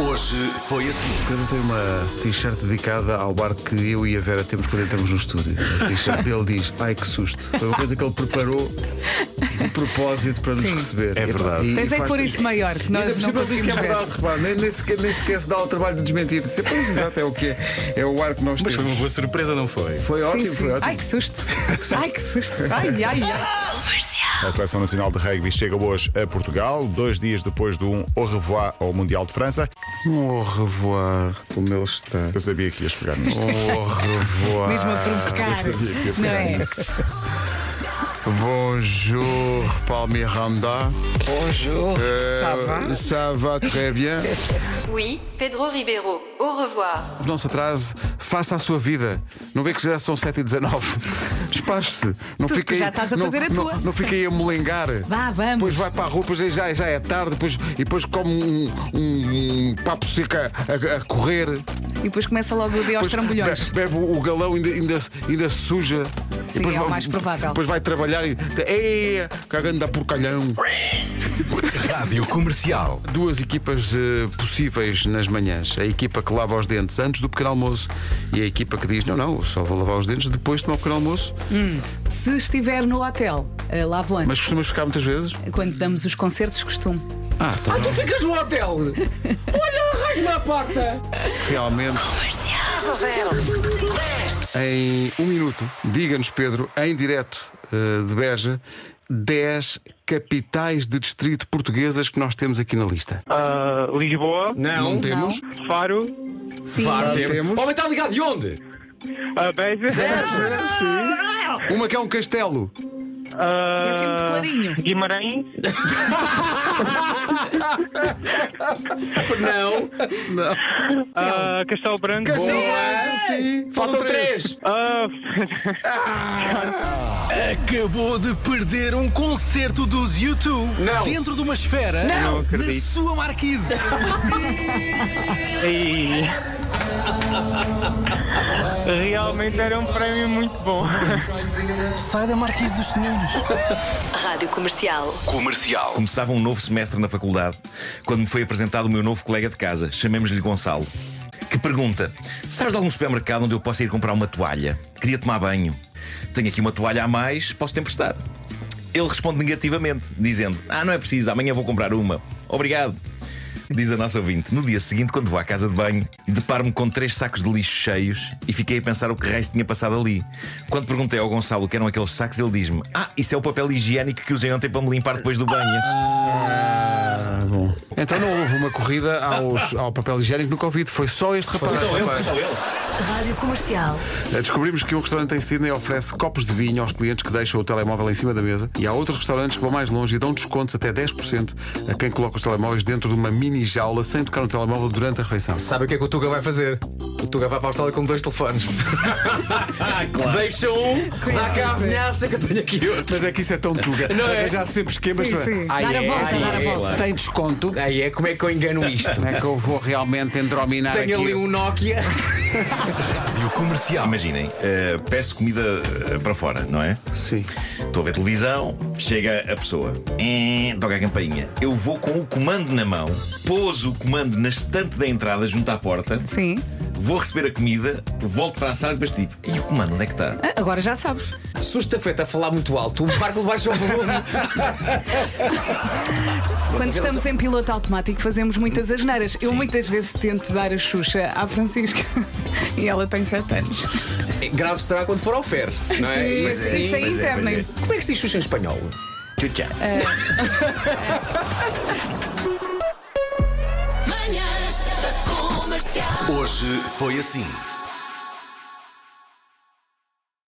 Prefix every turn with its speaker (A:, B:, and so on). A: Hoje foi assim.
B: O Pedro tem uma t-shirt dedicada ao bar que eu e a Vera temos quando entramos no estúdio. A t-shirt dele diz: Ai que susto. Foi uma coisa que ele preparou de propósito para nos
C: Sim.
B: receber.
A: É
B: E,
A: verdade.
B: e
C: Tens é que
B: faz-
C: pôr isso maior, que
B: Ainda
C: nós
B: por
C: não
B: cima ele diz que é
C: conseguimos ver.
B: verdade, repara, nem, nem, sequer, nem sequer se dá o trabalho de desmentir. Disse, Pois, exato, é o que é. É o ar que nós
A: Mas foi uma
B: temos.
A: boa surpresa, não foi?
B: Foi
C: Sim,
B: ótimo,
C: sim.
B: foi ótimo.
C: Ai que susto! Ai que susto! Ai, ai, ai!
D: A seleção nacional de rugby chega hoje a Portugal, dois dias depois do um au revoir ao Mundial de França.
B: Um au revoir, como ele está.
D: Eu sabia que ias pegar nisto.
B: Um au revoir.
C: Mesmo a provocar. Não é?
B: Bonjour, Palmiranda.
E: Bonjour.
B: Ça va? Ça va très bien.
F: Oui, Pedro Ribeiro. Au revoir.
B: Não se atrase, faça a sua vida. Não vê que já são 7 e 19 Despache-se. Não
C: Tu-
B: fique
C: tu
B: aí-
C: já estás a
B: não-
C: fazer a
B: não-
C: tua.
B: Não fique aí a molengar.
C: Vá, vamos.
B: Depois vai para a rua, depois já, já é tarde, depois, e depois come um, um- um papo seco a, a- a correr.
C: E depois começa logo o dia aos
B: Depois
C: trambolhões.
B: be- Bebe o galão ainda, ainda, ainda suja. E
C: Sim, é o mais provável.
B: Depois vai trabalhar e. Ei, cagando da porcalhão.
A: Rádio Comercial.
B: Duas equipas eh, possíveis nas manhãs. A equipa que lava os dentes antes do pequeno almoço e a equipa que diz: não, não, eu só vou lavar os dentes depois de tomar o pequeno almoço.
C: Se estiver no hotel, eh, lá vou antes.
B: Mas costumas ficar muitas vezes?
C: Quando damos os concertos, costumo.
B: Ah, então
G: Tu ficas no hotel! Olha, arrasma a porta!
B: realmente. Em um minuto, diga-nos, Pedro, em direto eh, de Beja, 10 capitais de distrito portuguesas que nós temos aqui na lista.
H: Ah, Lisboa,
B: não temos? Ah,
H: Faro,
C: Sim,
B: Temos.
G: O homem está ligado de onde?
H: ah, Beja,
B: Sim. Uma que é um castelo.
H: ah,
C: é sempre clarinho.
H: Guimarães,
G: Não.
H: ah, Castelo Branco,
B: Sim.
G: Faltam três.
H: ah,
A: Acabou de perder um concerto dos YouTube dentro de uma esfera
H: Ah, Não
A: na
H: acredito.
A: sua marquise.
H: e... Realmente era um prémio muito bom.
A: Sai da marquise dos senhores.
F: Rádio Comercial.
A: Comercial.
I: Começava um novo semestre na faculdade quando me foi apresentado o meu novo colega de casa, chamemos-lhe Gonçalo, que pergunta: Sabes de algum supermercado onde eu possa ir comprar uma toalha? Queria tomar banho. Tenho aqui uma toalha a mais, posso te emprestar? Ele responde negativamente, dizendo: Ah, não é preciso, amanhã vou comprar uma. Obrigado. Diz a nossa ouvinte: No dia seguinte, quando vou à casa de banho, deparo-me com três sacos de lixo cheios e fiquei a pensar o que raio se tinha passado ali. Quando perguntei ao Gonçalo o que eram aqueles sacos, ele diz-me: Ah, isso é o papel higiênico que usei ontem para me limpar depois do banho.
B: Ah, bom. Então não houve uma corrida aos- ao papel higiênico no Covid, foi só este rapaz.
F: Rádio Comercial.
B: Eh, Descobrimos que um restaurante em Sydney oferece copos de vinho aos clientes que deixam o telemóvel em cima da mesa e há outros restaurantes que vão mais longe e dão descontos até 10% a quem coloca os telemóveis dentro de uma mini jaula sem tocar no telemóvel durante a refeição.
G: Sabe o que é que o Tuga vai fazer? O Tuga vai para a Austrália com dois telefones. Deixa um, dá cá a vinhaça que eu tenho aqui outro.
B: Mas é que isso é tão tuga.
G: Não é?
B: Já há sempre esquemas
C: Sim,
B: para.
C: sim.
G: Ai,
C: dar a
G: é,
C: volta,
G: ai,
C: dar a
G: é,
C: volta.
B: Tem desconto.
G: Aí é como é que eu engano isto?
B: É que eu vou realmente endrominar
G: Tenho
B: aqui.
G: ali um Nokia.
A: Rádio Comercial.
I: Imaginem, eh, peço comida eh, para fora, não é?
B: Sim.
I: Estou a ver televisão, chega a pessoa, eh, toca a campainha. Eu vou com o comando na mão, pouso o comando na estante da entrada, junto à porta,
C: Sim.
I: vou receber a comida, volto para a sala e depois tipo, e o comando, onde é que está?
C: Ah, Agora já sabes.
G: Susta feita a falar muito alto. O barco baixou o volume.
C: Quando estamos em piloto automático, fazemos muitas asneiras. Eu muitas vezes tento dar a Xuxa à Francisca e ela tem 7 anos.
G: Grave será quando for ao fer, não é?
C: Sim,
G: Mas
C: sim,
G: aí-
C: isso é
I: pois é,
C: interno.
I: pois
G: Como é que se diz Xuxa em espanhol?
I: Tchutchá.
A: Hoje foi assim.